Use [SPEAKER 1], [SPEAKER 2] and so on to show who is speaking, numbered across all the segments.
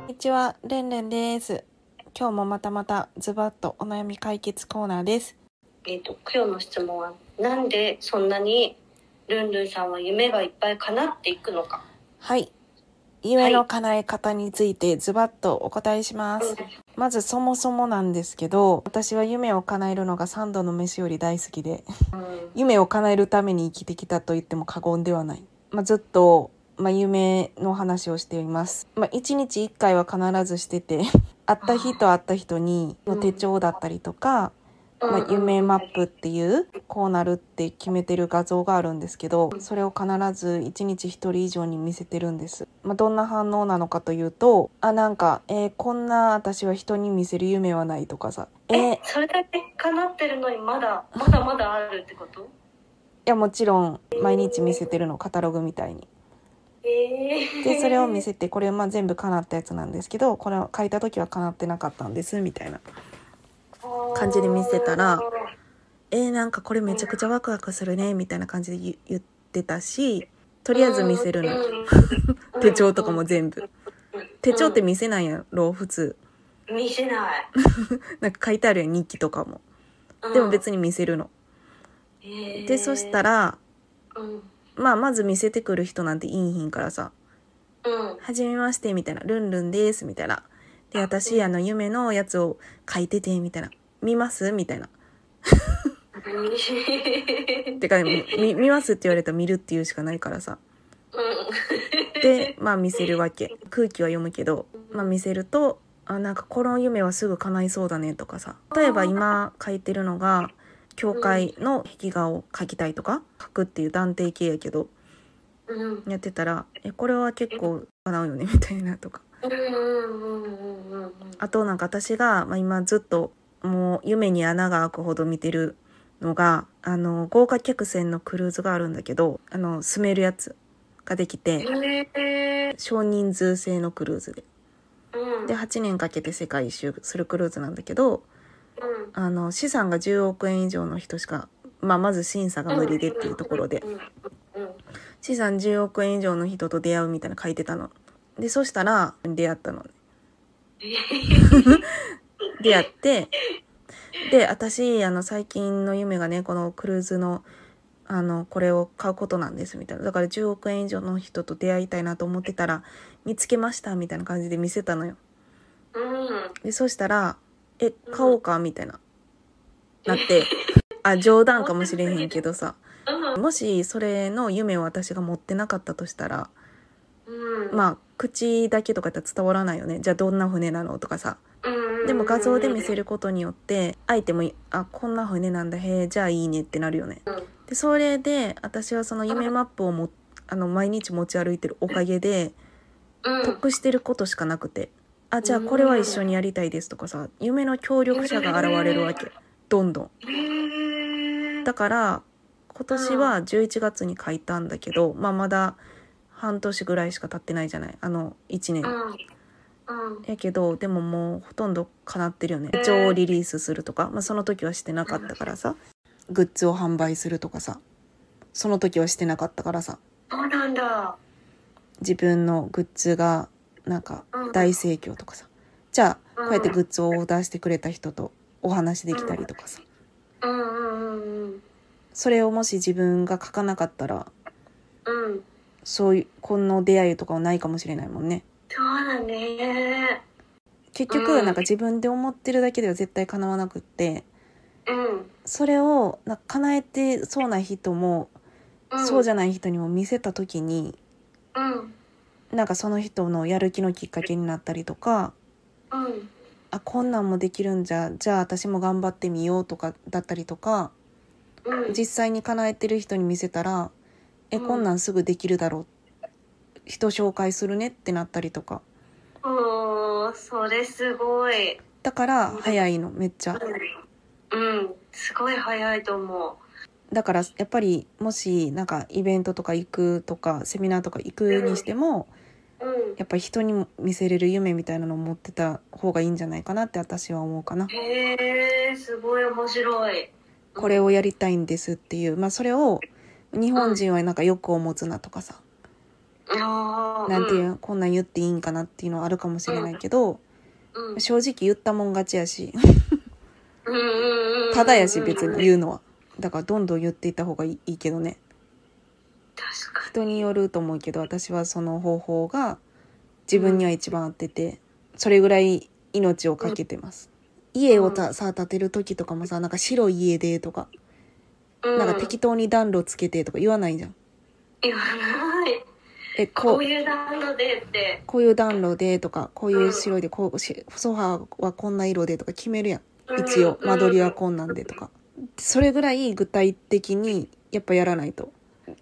[SPEAKER 1] こんにちは、レンレンです。今日もまたまたズバッとお悩み解決コーナーです。
[SPEAKER 2] えっ、と、クヨの質問は、なんでそんなにルンルンさんは夢がいっぱい叶っていくのか。
[SPEAKER 1] はい。夢の叶え方についてズバッとお答えします。まずそもそもなんですけど、私は夢を叶えるのが三度の飯より大好きで、
[SPEAKER 2] うん
[SPEAKER 1] 夢を叶えるために生きてきたと言っても過言ではない。まあ、ずっと、まあ、夢の話をしています。まあ、一日一回は必ずしてて、 会った日と会った人にの手帳だったりとか、まあ、夢マップっていうこうなるって決めてる画像があるんですけどそれを必ず1日1人以上に見せてるんです、まあ、どんな反応なのかというとあなんか、えーこんな私は人に見せる夢はないとかさえーい
[SPEAKER 2] え、それだけ叶ってるのにまだ、まだまだあるってこと
[SPEAKER 1] やもちろん毎日見せてるのカタログみたいに
[SPEAKER 2] ええ
[SPEAKER 1] でそれを見せてこれまあ全部叶ったやつなんですけどこれを書いた時は叶ってなかったんですみたいな感じで見せたらえー、なんかこれめちゃくちゃワクワクするねみたいな感じで言言ってたし
[SPEAKER 2] と
[SPEAKER 1] とりあえず見せるの。 手帳とかも全部手帳って見せないやろ普通
[SPEAKER 2] 見せない。
[SPEAKER 1] なんか書いてあるやん日記とかも でも別に見せるの
[SPEAKER 2] に
[SPEAKER 1] でそした
[SPEAKER 2] ら、
[SPEAKER 1] ら
[SPEAKER 2] うん。
[SPEAKER 1] まあまず見せてくる人なんていいんひんからさ
[SPEAKER 2] うん
[SPEAKER 1] 「はじめまして」みたいな「ルンルンです」みたいな「で私あの夢のやつを書いてて」みたいな「見ます?」みたいなてかみ見ますって言われたら見るっていうしかないからさでまあ見せるわけ空気は読むけど、まあ、見せるとあなんかこの夢はすぐ叶いそうだねとかさ例えば今書いてるのが教会の壁画を描きたいとか描くっていう断定系やけど
[SPEAKER 2] うん。うん。
[SPEAKER 1] やってたら「えこれは結構叶うよね」みたいなとか
[SPEAKER 2] うんうんうんうんうんうん。
[SPEAKER 1] あとなんか私が、まあ、今ずっともう夢に穴が開くほど見てるのがあの豪華客船のクルーズがあるんだけどあの住めるやつができて
[SPEAKER 2] へー
[SPEAKER 1] 少人数制のクルーズで。
[SPEAKER 2] うん
[SPEAKER 1] で8年かけて世界一周するクルーズなんだけどあの資産が10億円以上の人しか、まあ、まず審査が無理でっていうところで
[SPEAKER 2] うんうん
[SPEAKER 1] 資産10億円以上の人と出会うみたいなの書いてたの。でそしたら出会っ たの。出会ってで私あの最近の夢がねこのクルーズのあのこれを買うことなんですみたいなだから10億円以上の人と出会いたいなと思ってたら見つけましたみたいな感じで見せたのよ。
[SPEAKER 2] うんうん
[SPEAKER 1] でそしたら「え買おうか」みたいなな ってあ冗談かもしれへんけどさもしそれの夢を私が持ってなかったとしたら
[SPEAKER 2] うん
[SPEAKER 1] まあ口だけとかだったら伝わらないよねじゃあどんな船なのとかさでも画像で見せ
[SPEAKER 2] る
[SPEAKER 1] ることによって相手もい「あこんな船なんだへえじゃあいいね」ってなるよね。でそれで私はその夢マップをもあの毎日持ち歩いてるおかげで
[SPEAKER 2] うん
[SPEAKER 1] 得してることしかなくてあじゃあこれは一緒にやりたいですとかさ夢の協力者が現れるわけどんどん
[SPEAKER 2] へー
[SPEAKER 1] だから今年は11月に書いたんだけど、まあ、まだ半年ぐらいしか経ってないじゃないあの1
[SPEAKER 2] う
[SPEAKER 1] 年
[SPEAKER 2] んうん
[SPEAKER 1] やけどでももうほとんど叶ってるよね
[SPEAKER 2] うん
[SPEAKER 1] 一応リリースするとか、まあ、その時はしてなかったからさグッズを販売するとかさその時はしてなかったからさ
[SPEAKER 2] そうなんだ
[SPEAKER 1] 自分のグッズがなんか
[SPEAKER 2] うん
[SPEAKER 1] 大盛況とかさじゃあ
[SPEAKER 2] うん
[SPEAKER 1] こうやってグッズをオーダーしてくれた人とお話できたりとかさ
[SPEAKER 2] うんうんうん
[SPEAKER 1] それをもし自分が書かなかったら
[SPEAKER 2] うんうん
[SPEAKER 1] そういうこの出会いとかはないかもしれないもんね
[SPEAKER 2] そうだね
[SPEAKER 1] 結
[SPEAKER 2] う
[SPEAKER 1] 局
[SPEAKER 2] ん
[SPEAKER 1] なんか自分で思ってるだけでは絶対叶わなくって
[SPEAKER 2] うん
[SPEAKER 1] それをなんか叶えてそうな人も
[SPEAKER 2] うん
[SPEAKER 1] そうじゃない人にも見せた時に
[SPEAKER 2] うん
[SPEAKER 1] なんかその人のやる気のきっかけになったりとか
[SPEAKER 2] うん
[SPEAKER 1] あこんなんもできるんじゃじゃあ私も頑張ってみようとかだったりとか
[SPEAKER 2] うん
[SPEAKER 1] 実際に叶えてる人に見せたら「え
[SPEAKER 2] うん
[SPEAKER 1] こんなんすぐできるだろう」人紹介するねってなったりとか
[SPEAKER 2] おーそれすごい
[SPEAKER 1] だから早いのめっちゃ
[SPEAKER 2] うんすごい早いと思
[SPEAKER 1] だからやっぱりもしなんかイベントとか行くとかセミナーとか行くにしても
[SPEAKER 2] ううん
[SPEAKER 1] やっぱり人にも見せれる夢みたいなのを持ってた方がいいんじゃないかなって私は思うかな
[SPEAKER 2] へえすごい面白い
[SPEAKER 1] これをやりたいんですっていうまあそれを日本人はなんか欲を持つなとかさ
[SPEAKER 2] ああ
[SPEAKER 1] なんていう、こんなん言っていいんかなっていうのはあるかもしれないけど
[SPEAKER 2] うんうん
[SPEAKER 1] 正直言ったもん勝ちやし
[SPEAKER 2] うんうんうん
[SPEAKER 1] ただやし別に
[SPEAKER 2] うん
[SPEAKER 1] 言うのはだからどんどん言っていった方がいいいいけどね
[SPEAKER 2] 確か
[SPEAKER 1] 人によると思うけど私はその方法が自分には一番合っててそれぐらい命をかけてます家をたさ建てる時とかもさなんか白い家でとか
[SPEAKER 2] に、う
[SPEAKER 1] なんか適当に暖炉つけてとか言わないじゃん
[SPEAKER 2] 言わない
[SPEAKER 1] え
[SPEAKER 2] こ
[SPEAKER 1] こう
[SPEAKER 2] ういうランドでって
[SPEAKER 1] こういう暖炉でとかこういう白いでこうしソファーはこんな色でとか決めるやん一応間取りはこんなんでとかそれぐらい具体的にやっぱやらないと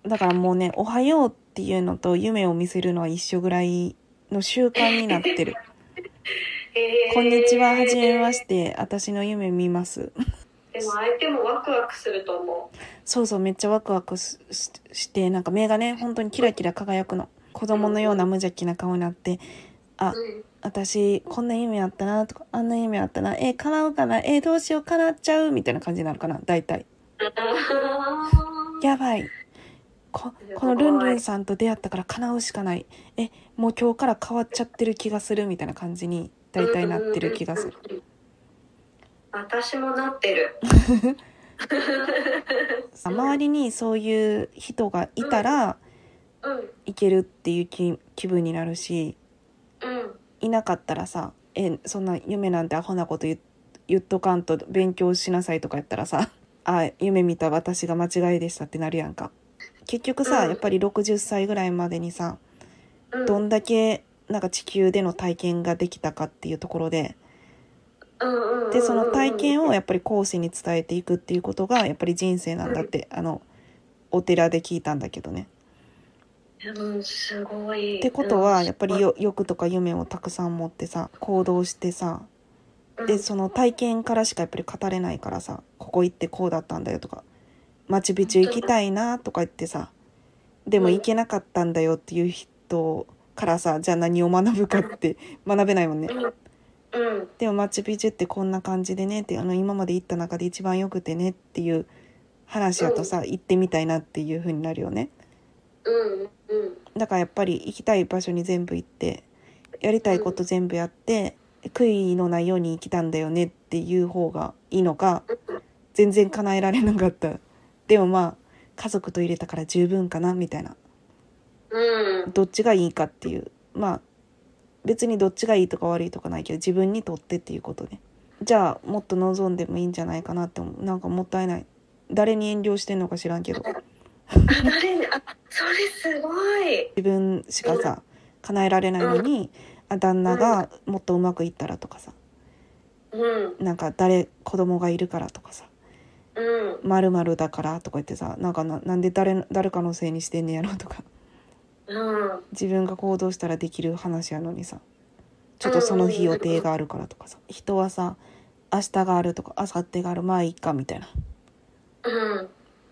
[SPEAKER 1] だからもうね「おはよう」っていうのと夢を見せるのは一緒ぐらいの習慣になって る「こんにちははじめま
[SPEAKER 2] し
[SPEAKER 1] して私の夢見ます
[SPEAKER 2] てでも相手もワクワクすると思」
[SPEAKER 1] そうそうめっちゃワクワクしししてなんか目がね本当にキラキラ輝くの子供のような無邪気な顔になってあ
[SPEAKER 2] う、うん、
[SPEAKER 1] 私こんな夢あったなとかあんな夢あったなえ叶うかなえどうしよう叶っちゃうみたいな感じになるかな大体やばいここのルンルンさんと出会ったから叶うしかないえもう今日から変わっちゃってる気がするみたいな感じに大体なってる気がする
[SPEAKER 2] る私もなってる
[SPEAKER 1] 周りにそういう人がいたら
[SPEAKER 2] うん
[SPEAKER 1] いけるっていう気気分になるし
[SPEAKER 2] うん
[SPEAKER 1] いなかったらさえそんな夢なんてアホなこと言っ言っとかんと勉強しなさいとかやったらさ あ夢見た私が間違いでしたってなるやんか結局さ、
[SPEAKER 2] うん
[SPEAKER 1] やっぱり60歳ぐらいまでにさ
[SPEAKER 2] うん
[SPEAKER 1] どんだけなんか地球での体験ができたかっていうところで
[SPEAKER 2] うんうんうんうん
[SPEAKER 1] でその体験をやっぱり後世に伝えていくっていうことがやっぱり人生なんだって、あのお寺で聞いたんだけどね。
[SPEAKER 2] うんすごい
[SPEAKER 1] ってことはやっぱり
[SPEAKER 2] よ
[SPEAKER 1] よ欲とか夢をたくさん持ってさ行動してさでその体験からしかやっぱり語れないからさここ行ってこうだったんだよとかマチュピチュ行きたいなとか言ってさでも行けなかったんだよっていう人からさじゃあ何を学ぶかって 学べないもんね
[SPEAKER 2] うんうん
[SPEAKER 1] でもマチュピチュってこんな感じでねってあの今まで行った中で一番よくてねっていう話やとさ行ってみたいなっていう風になるよね
[SPEAKER 2] うんうん
[SPEAKER 1] だからやっぱり行きたい場所に全部行ってやりたいこと全部やって悔いのないように生きたんだよねっていう方がいいのか全然叶えられなかったでもまあ家族と入れたから十分かなみたいな
[SPEAKER 2] うん
[SPEAKER 1] どっちがいいかっていうまあ別にどっちがいいとか悪いとかないけど自分にとってっていうことねじゃあもっと望んでもいいんじゃないかなって思うなんかもったいない誰に遠慮してんのか知らんけど
[SPEAKER 2] あ誰にあそれすごい
[SPEAKER 1] 自分しかさ叶えられないのに、あ旦那がもっとうまくいったらとかさ
[SPEAKER 2] うん
[SPEAKER 1] なんか誰子供がいるからとかさ
[SPEAKER 2] うん
[SPEAKER 1] まるまるだからとか言ってさなんかななんで誰誰かのせいにしてんねやろとか
[SPEAKER 2] うん
[SPEAKER 1] 自分が行動したらできる話やのにさちょっとその日予定があるからとかさ人はさ明日があるとか明後日があるまあいいかみたいな
[SPEAKER 2] うん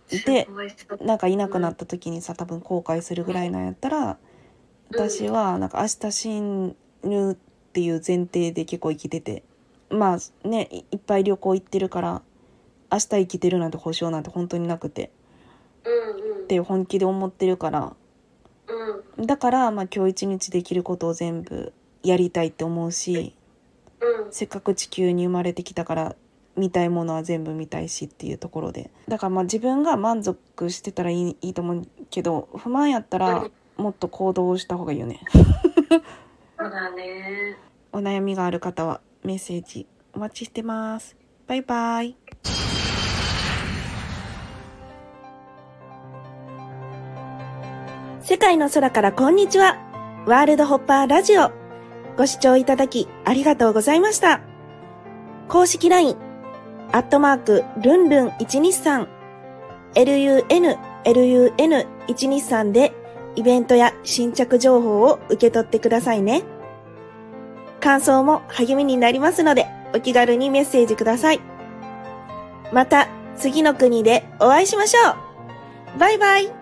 [SPEAKER 1] です
[SPEAKER 2] ごいすごい
[SPEAKER 1] なんかいなくなった時にさ多分後悔するぐらいなんやったら私はなんか明日死ぬっていう前提で結構生きててまあねいいっぱい旅行行ってるから明日生きてるなんて保証なんて本当になくて
[SPEAKER 2] うんうん
[SPEAKER 1] って本気で思ってるから
[SPEAKER 2] うん
[SPEAKER 1] だからまあ今日一日できることを全部やりたいって思うし
[SPEAKER 2] うん
[SPEAKER 1] せっかく地球に生まれてきたから見たいものは全部見たいしっていうところでだからまあ自分が満足してたらいいいいと思うけど不満やったらもっと行動した方がいいよね
[SPEAKER 2] そうだね
[SPEAKER 1] お悩みがある方はメッセージお待ちしてますバイバイ
[SPEAKER 3] 世界の空からこんにちは。ワールドホッパーラジオ。ご視聴いただきありがとうございました。公式 LINE、アットマーク、ルンルン123、lun、lun123 でイベントや新着情報を受け取ってくださいね。感想も励みになりますので、お気軽にメッセージください。また、次の国でお会いしましょうバイバイ